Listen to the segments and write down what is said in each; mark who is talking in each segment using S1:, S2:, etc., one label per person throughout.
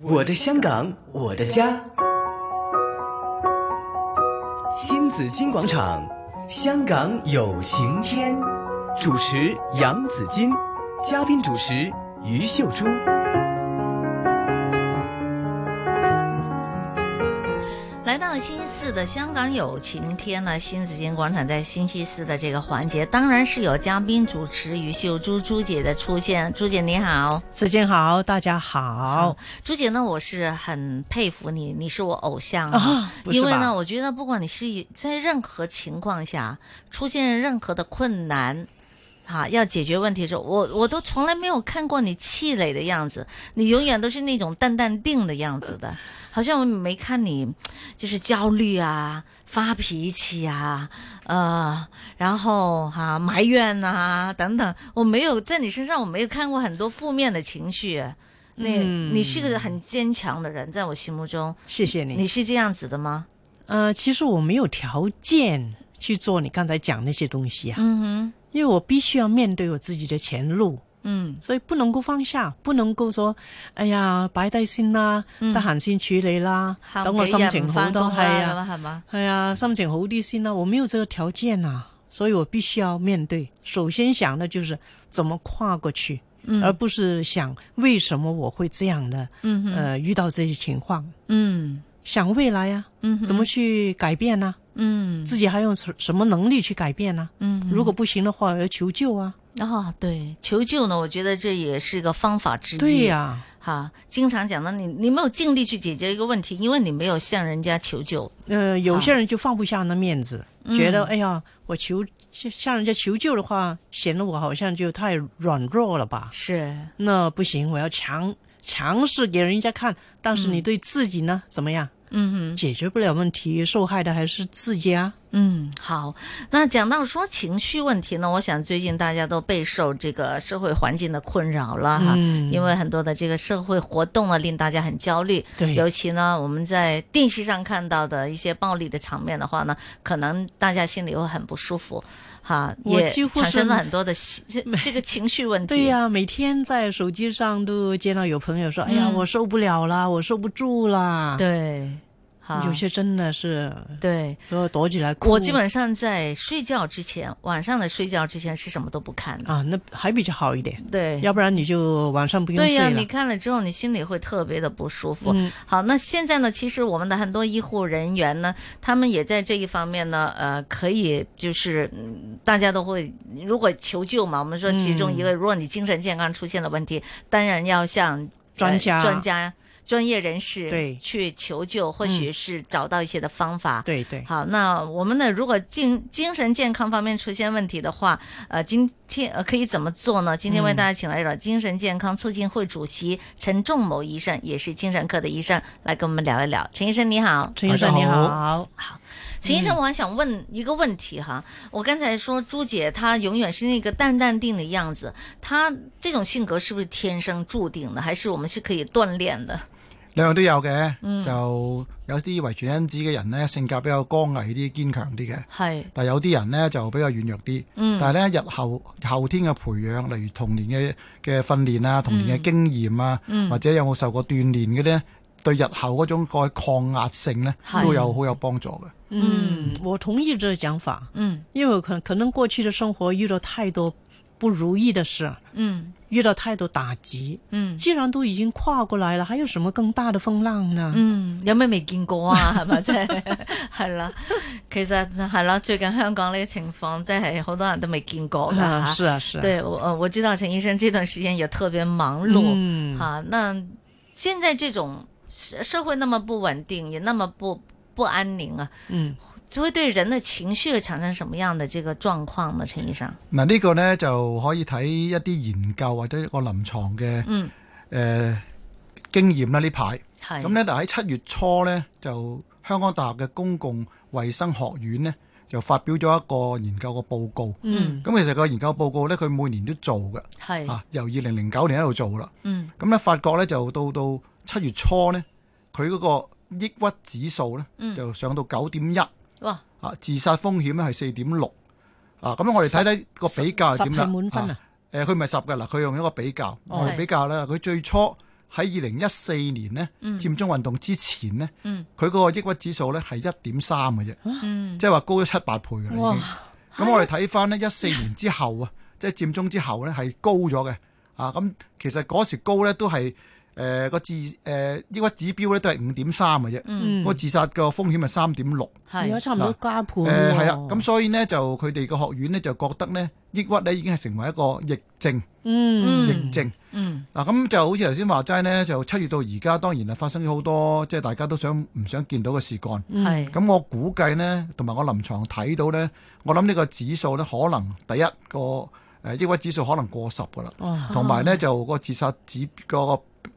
S1: 我的香港，我的家。新紫金广场，香港有晴天。主持杨紫金，嘉宾主持于秀珠。
S2: 来到了星期四的香港有晴天呢，新紫金广场在星期四的这个环节，当然是有嘉宾主持于秀珠珠姐的出现。珠姐你好，
S3: 子健好，大家好。
S2: 朱姐呢，我是很佩服你，你是我偶像
S3: 啊不是
S2: 因为
S3: 吧
S2: 呢，我觉得不管你是在任何情况下出现任何的困难。哈，要解决问题的时候，我我都从来没有看过你气馁的样子，你永远都是那种淡淡定的样子的，好像我没看你就是焦虑啊、发脾气啊、呃，然后哈、埋怨呐、等等，我没有在你身上我没有看过很多负面的情绪，你、
S3: 嗯
S2: 你是个很坚强的人，在我心目中，
S3: 谢谢你。
S2: 你是这样子的吗？
S3: 呃，其实我没有条件去做你刚才讲那些东西啊，
S2: 嗯哼，
S3: 因为我必须要面对我自己的前路，
S2: 嗯
S3: 所以不能够放下，不能夠說，哎呀，擺低先啦，得閒先處理啦，
S2: 嗯喊
S3: 等我
S2: 幾
S3: 心
S2: 日唔
S3: 情好
S2: 返
S3: 多，
S2: 工啦
S3: 係
S2: 咁
S3: 啊，
S2: 啊，係嘛？
S3: 係啊，心情好啲先啦。我没有这个条件啊，所以我必须要面对。首先想的就是怎么跨过去，而不是想为什么我会这样呢？
S2: 嗯哼
S3: 呃，遇到这些情况。
S2: 嗯
S3: 想未来呀、
S2: 嗯哼
S3: 怎么去改变呢、
S2: 嗯
S3: 自己还有什什么能力去改变呢、啊
S2: 嗯哼，
S3: 如果不行的话，要求救啊。
S2: 哦，对，求救呢，我觉得这也是一个方法之一。
S3: 对呀、
S2: 哈，经常讲到你，你没有尽力去解决一个问题，因为你没有向人家求救。
S3: 呃，有些人就放不下那面子，
S2: 嗯
S3: 觉得哎呀，我求向人家求救的话，显得我好像就太软弱了吧？
S2: 是，
S3: 那不行，我要强强势给人家看。但是你对自己呢，怎么样？
S2: 嗯
S3: 解决不了问题，受害的还是自己啊。
S2: 哼，嗯，好。那讲到说情绪问题呢，我想最近大家都备受这个社会环境的困扰了哈，
S3: 嗯
S2: 因为很多的这个社会活动啊，令大家很焦虑。
S3: 对
S2: 尤其呢，我们在电视上看到的一些暴力的场面的话呢，可能大家心里会很不舒服，哈，
S3: 我
S2: 也
S3: 几乎
S2: 产
S3: 是
S2: 生了很多的心这这个情绪问题。
S3: 对呀、每天在手机上都见到有朋友说：“哎呀，我受不了啦，我受不住啦。”
S2: 嗯对，好，
S3: 有些真的是
S2: 对。
S3: 说躲起来哭。
S2: 我基本上在睡觉之前，晚上的睡觉之前是什么都不看的。
S3: 啊，那还比较好一点，
S2: 对，
S3: 要不然你就晚上不用
S2: 对
S3: 睡
S2: 呀、
S3: 了。
S2: 你看了之后，你心里会特别的不舒服。
S3: 嗯
S2: 好，那现在呢，其实我们的很多医护人员呢，他们也在这一方面呢，呃，可以就是嗯大家都会，如果求救嘛，我们说其中一
S3: 嗯
S2: 个，如果你精神健康出现了问题，当然要向
S3: 专
S2: 呃
S3: 家
S2: 专家、专业人士
S3: 对嗯
S2: 去求救，或许是找到一些的方法。
S3: 对对，
S2: 好，那我们呢？如果精精神健康方面出现问题的话，呃，今天呃可以怎么做呢？今天为大家请来了精神健康促进会主席陈仲谋医生，也是精神科的医生，来跟我们聊一聊。陈医生你好，
S3: 陈医生你
S4: 大家
S3: 好，
S2: 陈医生，我还想问一个问题哈。我刚才说朱姐她永远是那个淡淡定的样子，她这种性格是不是天生注定的，还是我们是可以锻炼的？
S4: 兩樣都有嘅，就有啲遺傳因子嘅人呢，性格比較剛毅啲、堅強啲嘅，
S2: 係，
S4: 但有啲人呢就比較軟弱啲。但係呢，日後後天嘅培養，例如童年嘅嘅訓練啊、童年嘅經驗啊，或者有冇受過鍛鍊嘅呢，對日後嗰種個抗壓性呢，
S2: 係
S4: 都有好有幫助嘅。
S3: 嗯，我同意这个讲法，
S2: 嗯
S3: 因为我可可能过去的生活遇到太多不如意的事，
S2: 嗯
S3: 遇到太多打击，
S2: 嗯
S3: 既然都已经跨过来了，还有什么更大的风浪呢？
S2: 嗯，有咩未見過啊？ 係咪即係係啦？其實係啦，最近香港呢個情況，真係好多人都未見過㗎
S3: 啊，
S2: 嚇
S3: 是啊，是啊，，
S2: 对我呃，我知道陳醫生這段時間也特別忙碌
S3: 嗯，
S2: 哈、那現在這種社社會那麼不穩定，也那麼不不安寧啊，
S3: 嗯，
S2: 就會對人的情緒產生什麼樣的這個狀況呢？陳醫生，
S4: 嗱，呢個呢就可以睇一啲研究或者一個臨床嘅
S2: 嗯，
S4: 誒經驗啦。呢排。
S2: 係，
S4: 咁咧，嗱喺七月初咧，就香港大學嘅公共衛生學院咧，就發表咗一個研究嘅報告。
S3: 嗯
S4: 咁其實個研究報告咧，佢每年都做嘅，
S2: 係，
S4: 啊，由二零零九年喺度做啦。
S2: 嗯
S4: 咁咧，發覺咧就到到七月初咧，佢嗰個抑鬱指數咧
S2: 嗯
S4: 就上到九點一，
S2: 哇，
S4: 啊，自殺風險咧係四點六。啊，咁我哋睇睇個比較
S3: 十
S4: 係點
S3: 係
S4: 啦。
S3: 滿分啊，
S4: 呃誒佢唔係十嘅嗱，佢用一個比較，
S3: 哦
S4: 我哋比較啦。佢最初喺二零一四年呢，佔中運動之前呢，
S2: 嗯
S4: 佢嗰個抑鬱指數呢係一點三嘅啫，即係話高咗七八倍嘅啦已經。咁我哋睇翻呢，一四年之後啊，即係佔中之後呢，係高咗嘅啊。咁其實嗰時高呢都係誒個自誒、呃抑鬱指標呢都係五點三嘅啫，
S2: 嗯
S4: 個自殺個風險係三點六。
S3: 而家
S2: 係
S3: 差唔多加倍
S4: 誒
S3: 喎
S4: 係啦，咁所以呢，就佢哋個學院呢，就覺得呢，抑鬱呢已經係成為一個疫症，
S3: 嗯
S4: 疫症。
S2: 嗯
S4: 嗱，咁就好似頭先話齋呢，就七月到而家，當然啊係發生咗好多即係大家都想唔想見到嘅事幹。
S2: 嗯係
S4: 嗯咁我估計呢，同埋我臨床睇到呢，我諗呢個指數呢，可能第一個誒、呃抑鬱指數可能過十噶啦，
S3: 哦
S4: 同埋呢就個自殺指個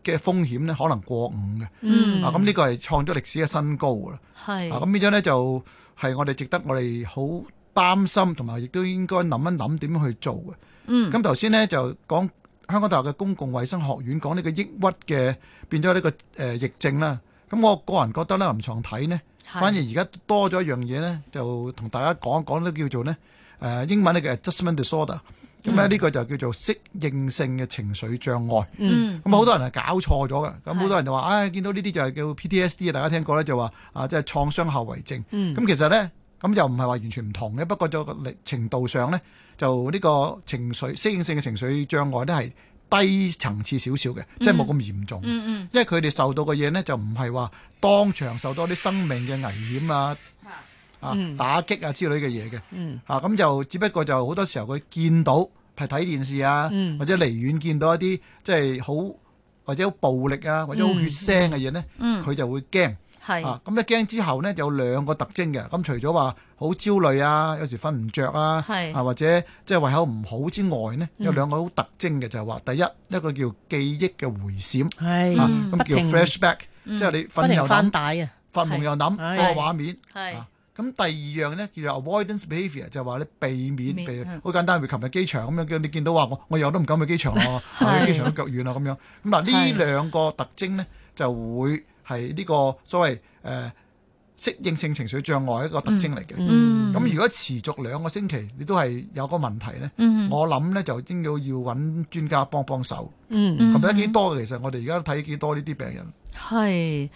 S4: 嘅風險呢，可能過五嘅。
S2: 嗯
S4: 啊，咁呢個係創咗歷史嘅新高噶啦。啊，
S2: 係
S4: 咁變咗呢，就係我哋值得我哋好擔心，同埋亦都應該諗一諗點樣去做嘅。
S2: 嗯
S4: 咁頭先呢，就講香港大學嘅公共衛生學院講呢個抑鬱嘅變咗呢個誒疫症啦。咁我個人覺得呢，臨床睇呢，
S2: 係
S4: 反而而家多咗一樣嘢呢，就同大家講一講呢叫做呢誒英文呢叫 adjustment disorder。咁咧呢個就叫做適應性嘅情緒障礙。
S2: 嗯
S4: 咁啊好多人係搞錯咗㗎，咁好
S2: 係
S4: 多人就話，唉、見到呢啲就係叫 PTSD，大家聽過咧就話啊，即係創傷後遺症。咁、
S3: 嗯
S4: 其實咧，咁又唔係話完全唔同嘅，不過就個程度上咧，就呢個情緒適應性嘅情緒障礙咧係低層次少少嘅，即係冇咁嚴重。
S2: 嗯
S4: 因為佢哋受到嘅嘢呢，就唔係話當場受到啲生命嘅危險啊、啊
S2: 嗯
S4: 打擊啊之類嘅嘢嘅，
S3: 嗯
S4: 啊咁就只不過就好多時候佢見到係睇電視啊，
S3: 嗯
S4: 或者離遠見到一啲即係好或者好暴力啊，或者好血腥嘅嘢呢，
S2: 嗯
S4: 佢、就會驚。
S2: 係
S4: 啊，咁一驚之後呢，有兩個特徵嘅。咁除咗話好焦慮啊，有時瞓唔着啊，
S2: 係
S4: 啊或者即係胃口唔好之外呢，
S3: 嗯
S4: 有兩個好特徵嘅，就係話第一一個叫記憶嘅回閃。
S3: 係
S4: 啊，
S3: 嗯不
S4: 咁叫
S3: 停嗯
S4: flashback，即係你
S3: 不
S4: 瞓
S3: 停
S4: 又
S3: 翻
S4: 諗，
S3: 帶啊，
S4: 發夢又諗
S3: 係
S4: 嗰個畫面。
S2: 係
S4: 啊咁第二樣咧叫做 avoidance behaviour，就係話咧避免，
S2: 免
S4: 避
S2: 嗯
S4: 好簡單，譬如琴日機場咁樣，你見到話我我有都唔敢去機場咯，
S2: 係
S4: 去機場都腳軟啦啊咁樣。咁嗱呢
S2: 係
S4: 兩個特徵咧就會係呢個所謂誒適應性情緒障礙一個特徵嚟嘅。
S2: 嗯
S4: 咁如果持續兩個星期你都係有個問題咧，
S2: 嗯
S4: 我諗咧就應該要揾專家幫幫手。
S3: 嗯
S4: 咁睇幾多嘅其實我哋而家都睇幾多呢啲病人。
S2: 係。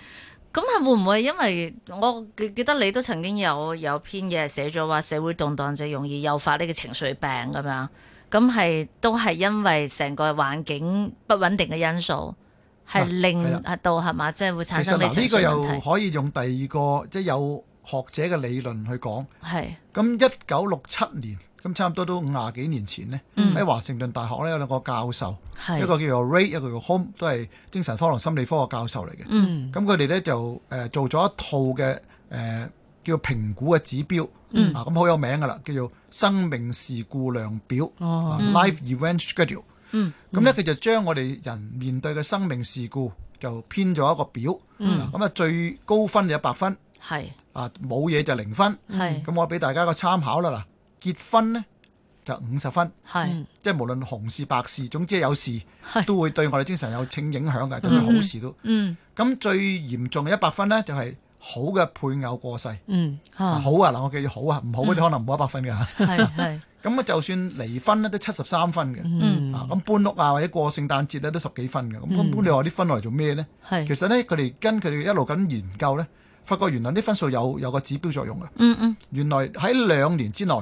S2: 咁係會唔會因為我記記得你都曾經有有篇嘢寫咗話社會動盪就容易誘發呢個情緒病咁樣，咁係都係因為成個環境不穩定嘅因素，係
S4: 啊
S2: 令
S4: 係啦
S2: 到係嘛，即係會
S4: 其
S2: 產
S4: 實
S2: 生呢
S4: 嗱，
S2: 情
S4: 呢
S2: 緒
S4: 個又
S2: 問題。
S4: 可以用第二個即係有學者嘅理論去講。
S2: 係
S4: 咁一九六七年，咁差唔多都五廿幾年前呢，
S2: 嗯
S4: 喺華盛頓大學呢，有兩個教授，
S2: 係
S4: 一個叫做 Ray，一個叫 Home，都係精神科同心理科嘅教授嚟嘅。
S2: 嗯
S4: 咁佢哋呢，就誒、呃做咗一套嘅誒、呃叫評估嘅指標，
S2: 嗯
S4: 啊咁好有名噶啦，叫做生命事故量表、
S3: 哦
S4: 啊 （Life Event Schedule）。
S2: 嗯
S4: 咁咧佢就將我哋人面對嘅生命事故就編咗一個表，
S2: 嗯
S4: 嗱咁啊最高分就一百分，
S2: 係
S4: 啊冇嘢就零分，
S2: 係
S4: 咁我俾大家個參考啦嗱，結婚呢就五十分，
S2: 係
S4: 即係無論紅事白事，總之有事
S2: 係
S4: 都會對我哋精神有正影響嘅，就算好事都。
S2: 嗯
S4: 咁最嚴重嘅一百分呢，就係好嘅配偶過世，
S3: 嗯
S4: 啊
S2: 啊嗯
S4: 好啊嗱我記住好啊，唔好嗰啲可能冇一百分嘅嚇。
S2: 係係
S4: 咁啊就算離婚呢，都七十三分嘅。
S2: 嗯
S4: 啊，咁搬屋啊，或者過聖誕節咧都十幾分嘅，咁咁咁你話啲分落嚟做咩呢？其
S2: 係
S4: 實呢，佢哋跟佢哋一路咁研究呢，發覺原來啲分數有有個指標作用嘅。
S2: 嗯嗯
S4: 原來喺兩年之內，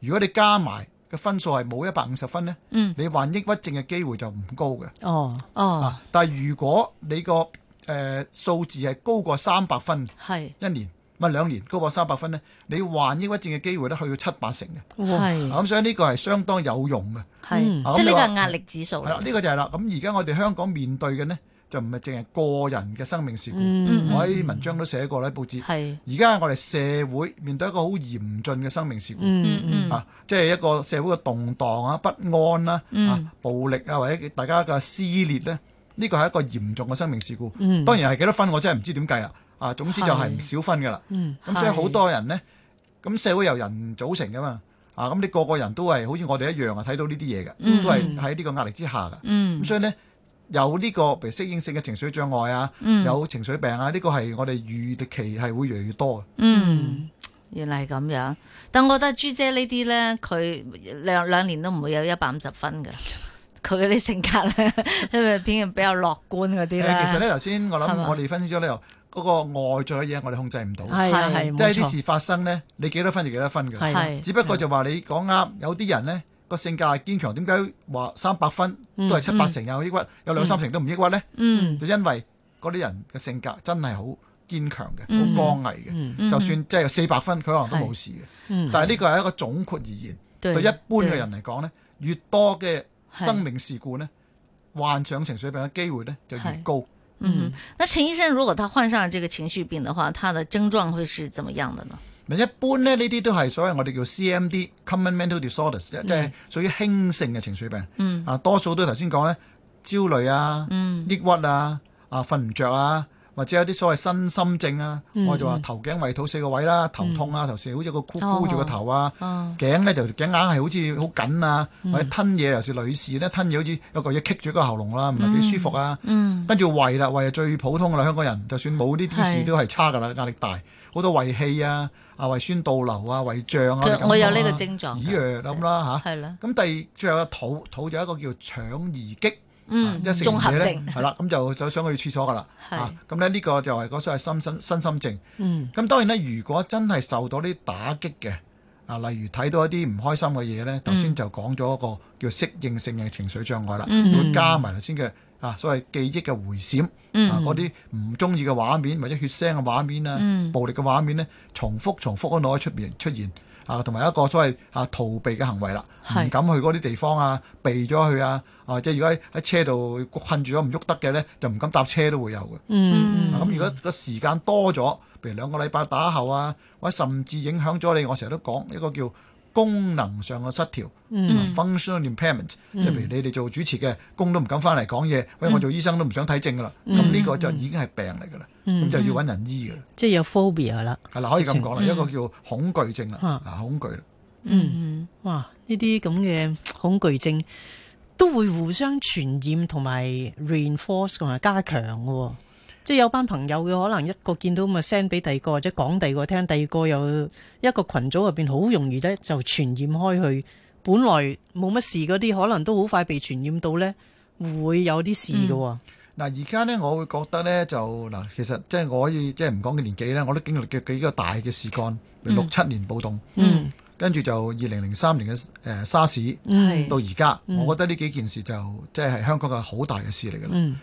S4: 如果你加埋嘅分數係冇一百五十分呢，
S2: 嗯
S4: 你患抑鬱症嘅機會就唔高嘅。
S3: 哦
S2: 哦
S4: 啊，但係如果你個誒、呃、數字係高過三百分
S2: 係
S4: 一年，唔係兩年高過三百分呢，你患抑鬱症嘅機會咧去到七八成嘅。
S2: 係
S4: 啊咁、所以呢個係相當有用嘅。
S2: 係，
S3: 嗯
S2: 即係呢個
S4: 啊咁
S2: 係
S4: 你話
S2: 壓力指數
S4: 係啦，
S2: 嚟。
S4: 呢個就係啦。咁而家我哋香港面對嘅呢，就唔係淨係個人嘅生命事故。
S3: 嗯
S4: 我喺文章都寫過啦，喺報紙。
S2: 係
S4: 而家我哋社會面對一個好嚴峻嘅生命事故。
S3: 嗯
S2: 嗯嗯
S4: 啊，即係一個社會嘅動盪啊、不安啦、
S2: 嗯
S4: 啊、暴力啊，或者大家嘅撕裂咧，呢個係一個嚴重嘅生命事故。
S3: 嗯
S4: 當然係幾多分，我真係唔知點計啦。啊，總之就係唔
S2: 係
S4: 少分㗎啦。
S3: 嗯
S4: 咁所以
S2: 係
S4: 好多人呢，咁社會由人組成㗎嘛。啊，咁你個個人都係好似我哋一樣啊，睇到呢啲嘢嘅，都係喺呢個壓力之下㗎。
S2: 嗯
S4: 咁所以呢，有呢個譬如適應性嘅情緒障礙啊，
S2: 嗯
S4: 有情緒病啊，呢個係我哋預期係會越嚟越多嘅。
S2: 嗯，原來係咁樣。但我覺得朱姐呢啲咧，佢兩兩年都唔會有一百五十分嘅。佢嗰啲性格咧， 即係偏向比較樂觀嗰啲
S4: 誒，其
S2: 咧。
S4: 實咧頭先我
S2: 係嘛
S4: 諗我哋分析咗咧，由嗰個外在嘅嘢我哋控制唔到，
S3: 係啊係
S4: 即係
S3: 冇
S4: 啲
S3: 錯，
S4: 事發生咧，你幾多分就幾多分嘅。
S3: 係啊
S2: 係
S4: 只不過就話你講啱，有啲人呢個性格係堅強，點解話三百分都係七八成有抑鬱，有兩三成都唔抑鬱呢？
S2: 嗯
S4: 就因為嗰啲人嘅性格真係好堅強
S2: 嗯
S4: 嘅，好剛毅嘅。
S3: 嗯
S4: 就算即係有四百分，佢可能都冇事嘅。
S3: 嗯
S4: 但係呢個係一個總括而言，
S2: 對
S4: 對一般嘅人嚟講呢，越多嘅生命事故呢，患上情緒病嘅機會呢就越高。
S2: 嗯，那陈医生，如果他患上了这个情绪病的话，他的症状会是怎么样的呢？
S4: 嗱，一般咧呢啲都係所謂我哋叫 CMD（Common Mental Disorders），即係屬於輕性嘅情緒病。
S2: 嗯
S4: 啊，多數都頭先講咧，焦慮啊、
S2: 嗯
S4: 抑鬱啊、啊瞓唔着啊，或者有啲所謂身心症啊，
S2: 嗯
S4: 我就話頭頸圍肚四個位啦，頭痛啊，頭時好似個箍
S2: 哦
S4: 箍住個頭啊，
S2: 哦，
S4: 頸咧就頸硬係好似好緊啊，
S2: 嗯
S4: 或者吞嘢，尤其是女士咧吞嘢好似有個嘢棘住個喉嚨啦，唔係幾舒服啊。
S2: 嗯
S4: 跟住胃啦，胃係最普通噶啦，香港人就算冇呢啲
S2: 係
S4: 事都係差噶啦，壓力大，好多胃氣啊、啊胃酸倒流啊、胃脹啊
S2: 佢
S4: 啲感覺啊，啊
S2: 我有呢個症狀㗎
S4: 咦呀咁啦
S2: 係啦，
S4: 嚇。咁第二最後嘅肚，肚就有一個叫腸易激。啊
S2: 嗯，
S4: 一食
S2: 綜
S4: 完
S2: 合
S4: 嘢咧
S2: 症，
S4: 係啦，咁就就想去廁所噶啦，
S2: 係
S4: 啊，咁咧呢個就係嗰所謂身心身心症。
S3: 嗯
S4: 咁當然咧，如果真係受到啲打擊嘅，啊，例如睇到一啲唔開心嘅嘢咧，頭
S2: 嗯
S4: 先就講咗一個叫適應性嘅情緒障礙啦，
S2: 嗯
S4: 會加埋頭先嘅啊所謂記憶嘅回閃，啊嗰啲唔中意嘅畫面或者血腥嘅畫面啊，暴力嘅畫面咧，重複重複咁攞喺出面出現。啊，同埋一個所謂啊逃避嘅行為啦，
S2: 係
S4: 唔敢去嗰啲地方啊，避咗去啊，啊即係如果喺喺車度困住咗唔喐得嘅咧，就唔敢搭車都會有嘅。
S3: 嗯
S4: 啊咁如果個時間多咗，譬如兩個禮拜打後啊，或者甚至影響咗你，我成日都講一個叫功能上嘅失調、啊 functional impairment，即係譬如你哋做主持嘅，工都唔敢翻嚟講嘢，喂，我做醫生都唔想睇症噶啦，咁呢個就已經係病嚟噶啦，咁就要揾人醫噶啦，
S3: 即係有 phobia 啦。
S4: 係啊啦，可以咁講啦，一個叫恐懼症啦，
S3: 嗯
S4: 啊恐懼啦，
S2: 嗯
S3: 哇！呢啲咁嘅恐懼症都會互相傳染同埋 reinforce 同埋加強嘅喎。即係有班朋友嘅，可能一個見到咪 send 俾第二個，或者講第二個聽，第二個又一個群組入邊好容易咧就傳染開去。本來冇乜事嗰啲，可能都好快被傳染到咧，會有啲事嘅喎。
S4: 嗱，而家咧，我會覺得咧就嗱，其實即係我可以即係唔講嘅年紀咧，我都經歷嘅幾個大嘅事幹，譬如六七年暴動，
S3: 嗯，
S4: 跟住就二零零三年嘅誒沙士。
S3: 嗯
S2: 係
S4: 到而家，我覺得呢幾件事就即係香港嘅好大嘅事嚟㗎啦。
S3: 嗯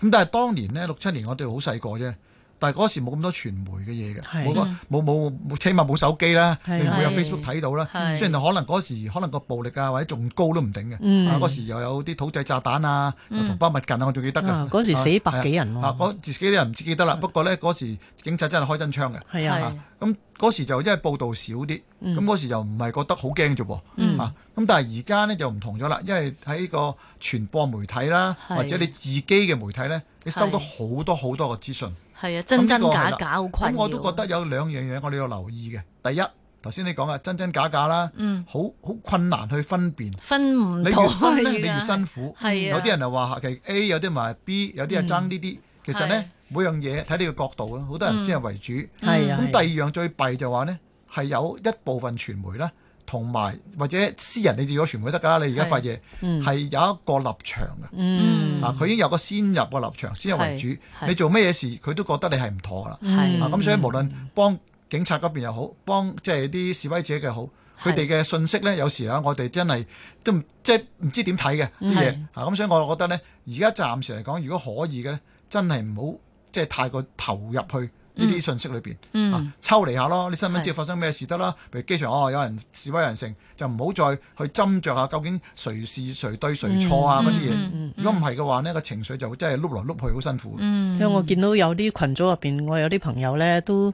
S4: 咁但係當年呢，六七年我哋好細個啫，但係嗰時冇咁多傳媒嘅嘢嘅，
S3: 係嗯
S4: 冇個冇冇冇，起碼冇手機啦，你
S3: 係
S4: 唔會有
S2: 係
S4: Facebook 睇到啦。
S2: 係
S4: 雖然可能嗰時可能個暴力啊或者仲高都唔定嘅，
S3: 嗯
S4: 啊嗰時又有啲土製炸彈啊，又同胞物近啊，我仲記得
S3: 啊
S4: 㗎。
S3: 嗰時死百幾人喎
S4: 啊嗰自己啲人唔知記得啦。不過呢，嗰時警察真係開真槍嘅。
S3: 係啊，
S4: 咁嗰時就因為報道少啲，
S3: 嗯
S4: 咁嗰時又唔係覺得好驚啫噃，
S2: 嗯
S4: 啊咁但係而家呢就唔同咗啦，因為喺個傳播媒體啦，
S2: 係
S4: 或者你自己嘅媒體呢，你收到好多好多嘅資訊，
S2: 係啊，
S4: 咁
S2: 真
S4: 呢
S2: 真
S4: 個
S2: 假
S4: 係啦
S2: 假好困啊
S4: 咁
S2: 擾。
S4: 我都覺得有兩樣嘢我哋要留意嘅。第一，頭先你講嘅真真假假啦，好好困難去分辨，
S2: 分嗯唔
S4: 你
S2: 到
S4: 越
S2: 啊，
S4: 分呢，你
S2: 而
S4: 越
S2: 家
S4: 辛苦。
S2: 係啊嗯
S4: 有啲人就話其實 A，有啲話 B，有啲係爭呢啲。其實
S2: 係嗯
S4: 呢，每樣嘢睇你嘅角度啦，好多人先係為主。
S3: 係啊係
S4: 咁，第二樣最弊就話呢，係有一部分傳媒啦，同埋或者私人你哋如果傳媒得㗎啦，你而家發嘢
S2: 嗯
S4: 係有一個立場嘅。
S3: 嗯
S4: 啊！佢已經有個先入嘅立場，先入為
S2: 係嗯
S4: 主。
S2: 係
S4: 你做咩嘢事，佢都覺得你係唔妥㗎啦。
S2: 係
S4: 啊，咁所以無論幫警察嗰邊又好，幫即係啲示威者嘅好，
S2: 係
S4: 佢哋嘅信息呢，有時啊，我哋真係都唔即係唔知點睇嘅啲嘢
S2: 嗯係
S4: 啊。咁所以我覺得呢，而家暫時嚟講，如果可以嘅呢，真係唔好即係太過投入去呢啲信息裏邊。
S2: 嗯
S4: 啊，抽離下咯，你新聞知
S2: 係
S4: 道發生咩事得啦。譬如機場哦，有人示威有人成，就唔好再去斟酌下究竟誰是誰對誰錯
S2: 嗯
S4: 啊嗰啲嘢。如果唔係嘅話呢個情緒就真係碌來碌去，好辛
S2: 嗯
S4: 苦。
S3: 即係我見到有啲群組入邊，我有啲朋友咧都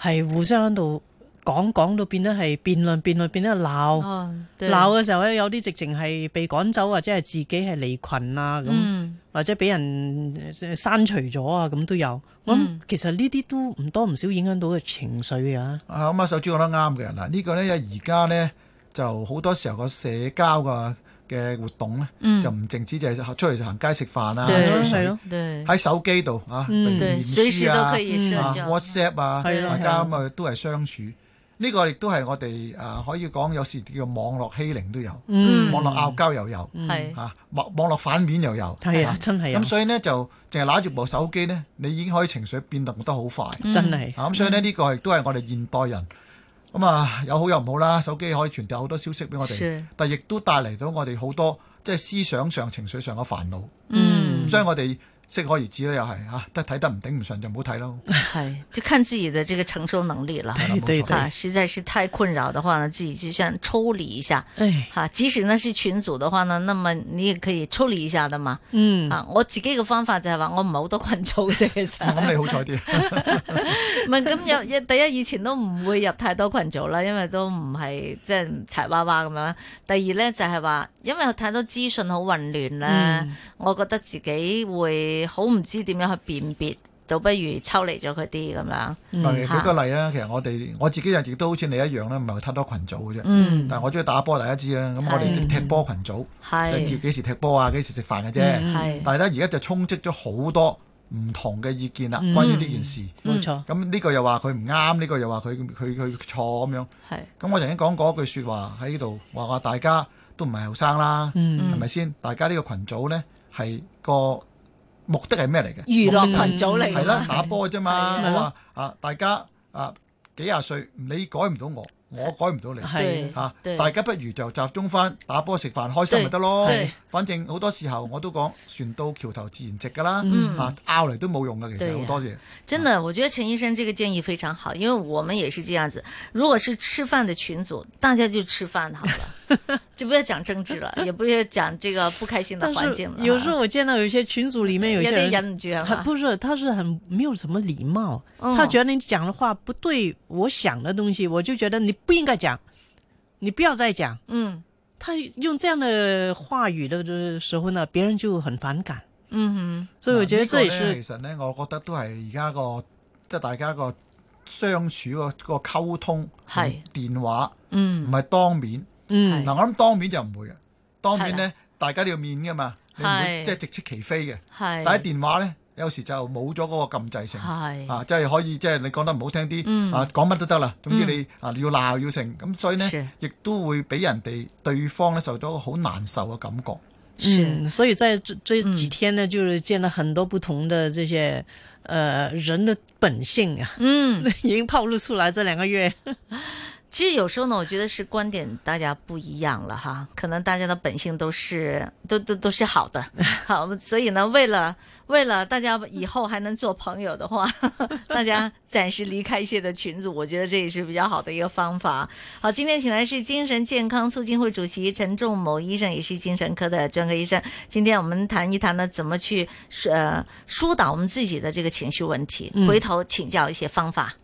S3: 係互相喺度講講到變得係辯論，辯論變得鬧
S2: 哦，對
S3: 鬧嘅時候咧，有啲直情係被趕走或者係自己係離群啊咁，
S2: 嗯
S3: 或者俾人呃刪除咗啊咁都有。我
S2: 嗯
S3: 諗其實呢啲都唔多唔少影響到嘅情緒㗎。
S4: 啊，咁啊，手珠講得啱嘅。嗱，呢個呢，因為而家呢，就好多時候個社交嘅嘅活動呢，就唔淨止就係出嚟行街食飯啊，
S2: 嗯對
S4: 吹
S3: 係
S4: 水
S3: 咯
S2: 對
S4: 喺手機度啊，譬如
S2: 對，
S4: 面
S2: 隨時
S4: 書
S2: 都
S4: 啊
S2: 可以社
S4: 啊
S2: 交。
S4: WhatsApp 啊，
S3: 係咯
S4: 大
S3: 係咯
S4: 家咁啊都係相處。呢個亦都係我哋啊可以講有時叫網絡欺凌都有，
S3: 嗯，
S4: 網絡拗交又有，
S2: 嗯係
S4: 嚇網網絡反面又有，
S3: 係啊，真係啊
S4: 咁，所以呢，就淨係拿住部手機呢，你已經可以情緒變動得好快。
S3: 真係
S4: 啊，咁所以呢，呢個亦都係我哋現代人咁啊，有好有唔好啦。手機可以傳遞好多消息俾我哋
S2: 是，
S4: 但亦都帶嚟到我哋好多即係思想上、情緒上嘅煩惱。
S2: 嗯，
S4: 所以我哋適可而止啦，又係嚇，得睇得唔頂唔順就唔好睇咯。
S2: 系就看自己的这个承受能力了。
S3: 對對對，
S2: 啊，实在是太困扰的话呢，自己就先抽离一下。
S3: 唉，
S2: 哈、即使呢是群组的话呢，那么你也可以抽离一下的嘛。
S3: 嗯，
S2: 啊，我自己嘅方法就係話，我唔係好多群組啫，其實
S4: 咁你好彩啲，
S2: 唔係咁有第一以前都唔會入太多群組啦，因為都唔係即係柴娃娃咁樣。第二咧就係話，因為有太多資訊好混亂咧，
S3: 嗯
S2: 我覺得自己會好唔知點樣去辨別，倒不如抽離咗佢啲咁樣。
S4: 嗱舉個例啊，其實我哋我自己人亦都好似你一樣啦，唔係太多群組嘅啫。
S2: 嗯，
S4: 但係我中意打波，大家知啦。咁我哋踢波群組，即係
S2: 係
S4: 叫
S2: 嗯
S4: 幾時踢波啊，幾時食飯嘅啫。
S2: 係
S4: 但係咧，而家就充斥咗好多唔同嘅意見啦，
S2: 嗯
S4: 關於呢件事。
S3: 冇錯，
S4: 咁呢個又話佢唔啱，呢個又話佢佢佢錯咁樣。
S2: 係
S4: 咁我曾經講過一句説話喺呢度，話話大家都唔係後生啦，
S3: 嗯
S4: 係咪先？大家呢個群組呢，係個目的係咩嚟嘅？
S2: 娛
S3: 嗯
S2: 樂
S4: 目的係
S2: 群組嚟㗎
S4: 係啦
S2: 嘛，
S4: 打波啫嘛。
S3: 係
S4: 我話啊，大家啊幾廿歲，你改唔到我，我改唔到你。
S3: 係
S2: 對
S4: 嚇，
S2: 對
S4: 大家不如就集中翻打波食飯，開心咪得咯
S2: 對對。
S4: 反正好多時候我都講船到橋頭自然直㗎啦，
S2: 嗯
S4: 啊拗嚟都冇用㗎，其
S2: 對
S4: 實
S2: 呀
S4: 好多嘢。
S2: 真的，我觉得陈医生这个建议非常好，因为我们也是这样子。如果是吃饭的群组，大家就吃饭好了， 就不要讲政治了，也不要讲这个不开心的
S3: 但
S2: 环
S3: 是
S2: 境了。
S3: 有时候我见到有一些群组里面有
S2: 有
S3: 一
S2: 点
S3: 些人。
S2: 忍不住啊
S3: 很
S2: 嘛，
S3: 不是，他是很没有什么礼貌，
S2: 嗯
S3: 他觉得你讲的话不对我想的东西，我就觉得你不应该讲，你不要再讲。
S2: 嗯
S3: 他用这样的话语的的时候呢，别人就很反感，
S2: 嗯
S3: 所以我
S4: 嗱
S3: 觉得
S4: 呢個
S3: 这也
S4: 呢
S3: 是
S4: 其實呢，我覺得都係而家個即係大家個相處個個溝通，
S2: 係
S4: 電話唔
S2: 嗯
S4: 係當面。
S2: 哎
S3: 嗯
S4: 嗱，我諗當面就唔會嘅，啊當面
S2: 係
S4: 呢，大家都要面㗎嘛，你唔會
S2: 係
S4: 即係直斥其非嘅。
S2: 嗯，
S4: 但係
S2: 系
S4: 電話呢，有時就冇咗嗰個禁制性。
S2: 系
S4: 啊，即係可以，即係你講得唔好聽啲，
S2: 嗯
S4: 啊講乜都得啦。總之你、啊你要鬧要成，咁所以呢
S2: 是，
S4: 亦都會俾人哋對方呢受到一個好難受嘅感覺。
S2: 是
S3: 嗯，所以在这这几天呢，就是见了很多不同的这些呃人的本性啊，
S2: 嗯。
S3: 已经暴露出来。这两个月，
S2: 其实有时候呢，我觉得是观点大家不一样了哈，可能大家的本性都是都都都是好的，好，所以呢，为了为了大家以后还能做朋友的话， 大家暂时离开一些的群组，我觉得这也是比较好的一个方法。好，今天请来是精神健康促进会主席陈仲谋医生，也是精神科的专科医生。今天我们谈一谈呢，怎么去呃疏导我们自己的这个情绪问题，回头请教一些方法。